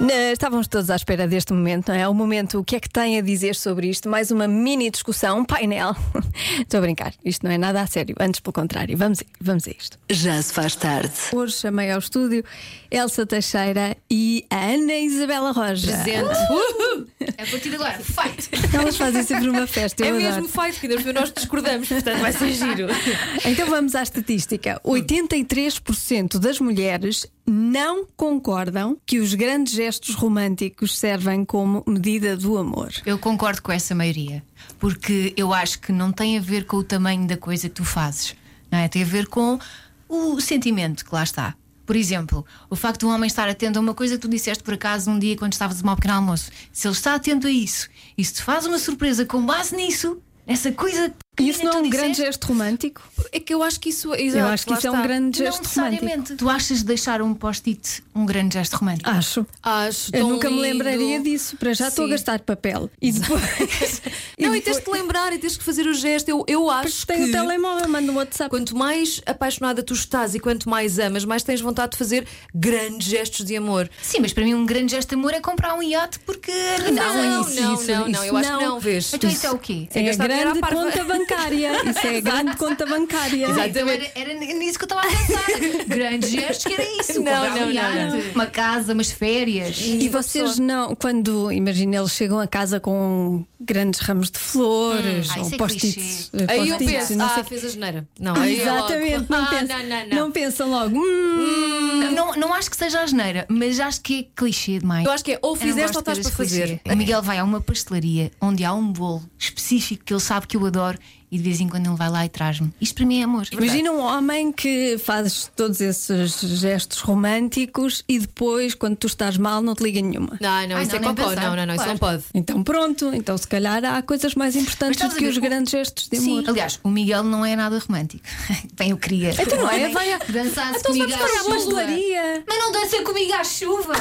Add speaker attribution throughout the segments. Speaker 1: Na- Estávamos todos à espera deste momento, não é? O momento, o que é que tem a dizer sobre isto? Mais uma mini discussão, um painel. Estou a brincar, isto não é nada a sério, antes pelo contrário. Vamos, a- vamos a isto.
Speaker 2: Já se faz tarde.
Speaker 1: Hoje chamei ao estúdio Elsa Teixeira e a Ana Isabela Roja.
Speaker 3: É A partir de agora, fight!
Speaker 1: Elas fazem sempre uma festa, eu
Speaker 3: É
Speaker 1: adoro.
Speaker 3: mesmo fight, que Deus meu, nós discordamos, portanto vai ser giro.
Speaker 1: Então vamos à estatística. 83% das mulheres não concordam que os grandes gestos românticos servem como medida do amor.
Speaker 3: Eu concordo com essa maioria, porque eu acho que não tem a ver com o tamanho da coisa que tu fazes, não é? Tem a ver com o sentimento que lá está. Por exemplo, o facto de um homem estar atento a uma coisa que tu disseste por acaso um dia quando estavas a tomar um pequeno almoço. Se ele está atento a isso e se te faz uma surpresa com base nisso, nessa coisa que
Speaker 1: Isso não é
Speaker 3: tu
Speaker 1: um grande
Speaker 3: disseste,
Speaker 1: gesto romântico?
Speaker 4: É que eu acho que isso. Exato,
Speaker 1: Eu acho que
Speaker 4: lá
Speaker 1: isso é um
Speaker 4: está.
Speaker 1: grande
Speaker 3: Não
Speaker 1: gesto romântico. Ah.
Speaker 3: necessariamente. Tu achas deixar um post-it um grande gesto romântico?
Speaker 1: Acho.
Speaker 4: Acho
Speaker 1: Eu
Speaker 4: tão
Speaker 1: nunca me
Speaker 4: lindo.
Speaker 1: lembraria disso. Para já estou a
Speaker 4: Sim.
Speaker 1: gastar papel. E depois.
Speaker 4: Não, e
Speaker 1: depois-
Speaker 4: tens de te lembrar e tens que fazer o gesto. Eu, eu acho
Speaker 1: Tenho o
Speaker 4: que.
Speaker 1: telemóvel, mando um WhatsApp.
Speaker 4: Quanto mais apaixonada tu estás e quanto mais amas, mais tens vontade de fazer grandes gestos de amor.
Speaker 3: Sim, mas para mim um grande gesto de amor é comprar um iate porque
Speaker 4: não,
Speaker 1: isso,
Speaker 4: não,
Speaker 1: isso,
Speaker 4: não, não,
Speaker 1: isso
Speaker 4: eu acho que
Speaker 1: não.
Speaker 4: não, vês.
Speaker 3: Então isso é o quê?
Speaker 1: É
Speaker 4: gastar dinheiro
Speaker 1: grande
Speaker 4: à parva.
Speaker 1: conta bancária. Isso é grande conta bancária.
Speaker 4: Exato.
Speaker 3: Então era, era nisso que eu estava a pensar. Grandes gestos que era isso.
Speaker 4: Não,
Speaker 3: comprar um
Speaker 4: não, não,
Speaker 3: iate, Uma casa, umas férias.
Speaker 1: E vocês não, quando, imagina, eles chegam a casa com grandes ramos de flores
Speaker 3: Hum, ah, isso
Speaker 1: ou
Speaker 3: é
Speaker 1: post-its. eh,
Speaker 3: clichê.
Speaker 4: Aí eu
Speaker 1: post-its,
Speaker 4: penso,
Speaker 1: não sei
Speaker 4: ah,
Speaker 1: o quê.
Speaker 4: fez a geneira. Não, aí eu logo.
Speaker 1: Exatamente, não,
Speaker 4: ah,
Speaker 1: pensam,
Speaker 4: Não, não, não.
Speaker 1: pensam logo. "Hum,
Speaker 3: Não, não acho que seja a geneira, mas acho que é clichê demais.
Speaker 4: Então- Eu acho que é ou
Speaker 3: Eu não
Speaker 4: fizeste ou
Speaker 3: gosto
Speaker 4: estás
Speaker 3: de
Speaker 4: para
Speaker 3: coisas
Speaker 4: fazer.
Speaker 3: clichê. O Miguel vai a uma pastelaria onde há um bolo específico que ele sabe que eu adoro e de vez em quando ele vai lá e traz-me. Isto para mim é amor.
Speaker 1: Imagina um homem que faz todos esses gestos românticos e depois, quando tu estás mal, não te liga nenhuma.
Speaker 4: Não, não,
Speaker 3: Ai,
Speaker 4: isso
Speaker 3: não,
Speaker 4: é
Speaker 3: nem
Speaker 4: cocó.
Speaker 3: pensar.
Speaker 4: Não, não, não, isso
Speaker 3: Claro.
Speaker 4: não pode.
Speaker 1: Então pronto, então se calhar há coisas mais importantes
Speaker 3: Mas estás
Speaker 1: do
Speaker 3: a
Speaker 1: que
Speaker 3: ver,
Speaker 1: os
Speaker 3: o-
Speaker 1: grandes gestos de
Speaker 3: Sim,
Speaker 1: amor.
Speaker 3: aliás, o Miguel não é nada romântico. Bem, eu queria.
Speaker 1: Então não é? Vai a-
Speaker 3: dançar-se
Speaker 1: Então
Speaker 3: comigo
Speaker 1: vamos
Speaker 3: à
Speaker 1: para a
Speaker 3: chuva.
Speaker 1: pastelaria.
Speaker 3: Mas não dança comigo à chuva!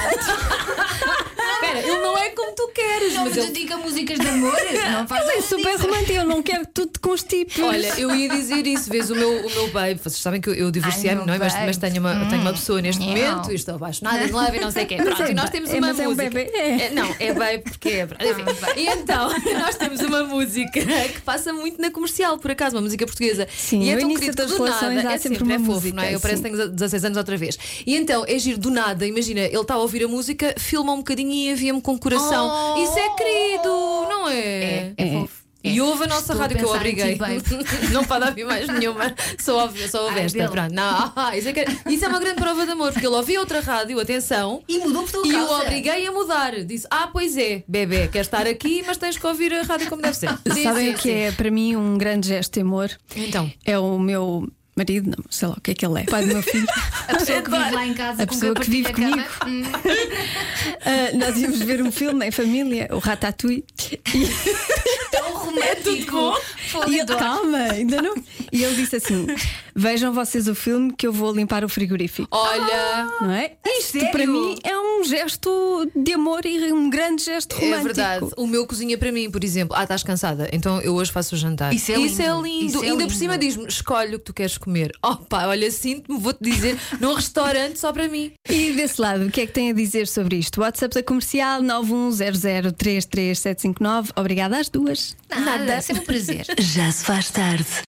Speaker 4: Espera, ele não é como tu queres,
Speaker 3: Não me
Speaker 4: mas ele
Speaker 3: dedica músicas de amor! Não faz
Speaker 1: Ele é super romântico, eu não quero que tu te constipes.
Speaker 4: Olha, eu ia dizer isso, vês o meu, o meu babe. Vocês sabem que eu, eu divorciei-me,
Speaker 3: meu
Speaker 4: não é? Mas,
Speaker 3: babe.
Speaker 4: mas tenho, uma, tenho uma pessoa neste
Speaker 3: Não.
Speaker 4: momento e estou apaixonada e love e não sei o quê. Pronto,
Speaker 1: é
Speaker 4: e nós
Speaker 1: ba-
Speaker 4: temos
Speaker 1: é,
Speaker 4: uma
Speaker 1: Hum. mas é um
Speaker 4: música.
Speaker 1: bebê, Ah, é.
Speaker 4: não, é babe porque é. pronto, enfim. E então, nós temos uma música que passa muito na comercial, por acaso, uma música portuguesa.
Speaker 1: Sim,
Speaker 4: e é
Speaker 1: no
Speaker 4: tão
Speaker 1: início
Speaker 4: querido que
Speaker 1: das
Speaker 4: do
Speaker 1: relações
Speaker 4: nada
Speaker 1: há
Speaker 4: é
Speaker 1: sempre uma
Speaker 4: sempre, é fofo,
Speaker 1: música,
Speaker 4: não é? Eu
Speaker 1: sim.
Speaker 4: parece que tenho 16 anos outra vez. E então, é giro do nada, imagina, ele está a ouvir a música, filma um bocadinho e envia-me com coração.
Speaker 3: Oh.
Speaker 4: Isso é querido, não é?
Speaker 3: É fofo.
Speaker 4: E ouve a nossa
Speaker 3: Estou a
Speaker 4: rádio que eu
Speaker 3: pensar em ti,
Speaker 4: obriguei.
Speaker 3: babe.
Speaker 4: não pode ouvir mais nenhuma, só ouve, só ouve
Speaker 3: Ai,
Speaker 4: esta.
Speaker 3: dele.
Speaker 4: Pronto. Não, ah, isso, é que- isso é uma grande prova de amor, porque ele ouvia outra rádio, atenção,
Speaker 3: E mudou por tua
Speaker 4: e o
Speaker 3: causa.
Speaker 4: obriguei a mudar. Disse: Ah, pois é, bebê, quer estar aqui, mas tens que ouvir a rádio como deve ser. Sim,
Speaker 1: Sabem
Speaker 4: sim,
Speaker 1: o que
Speaker 4: sim.
Speaker 1: é para mim um grande gesto de amor?
Speaker 3: Hum.
Speaker 4: Então.
Speaker 1: É o meu marido, não sei lá o que é que ele é, pai do meu filho.
Speaker 3: A pessoa que vive lá em casa
Speaker 1: A
Speaker 3: com
Speaker 1: pessoa
Speaker 3: quem
Speaker 1: que vive
Speaker 3: partilha a
Speaker 1: comigo.
Speaker 3: cama. Hum.
Speaker 1: Ah, nós íamos ver um filme em família, o Ratatouille. É
Speaker 3: Tão romântico. Foi
Speaker 1: E ele,
Speaker 3: adoro.
Speaker 1: calma, ainda não. E ele disse assim: Vejam vocês o filme que eu vou limpar o frigorífico.
Speaker 4: Olha,
Speaker 1: Não é? Isto
Speaker 3: sério?
Speaker 1: para mim é um gesto de amor e um grande gesto romântico.
Speaker 4: é verdade. O meu cozinha para mim, por exemplo. Ah, estás cansada, então eu hoje faço o jantar.
Speaker 3: Isso é lindo, isso é
Speaker 4: Ainda por
Speaker 3: lindo.
Speaker 4: cima diz-me: escolhe o que tu queres comer. Oh, pá, olha, sinto-me, vou-te dizer, num restaurante só para mim.
Speaker 1: E desse lado, o que é que tem a dizer sobre isto? WhatsApp da comercial 910033759. Obrigada às duas.
Speaker 3: Nada, sempre um prazer.
Speaker 2: Já se faz tarde.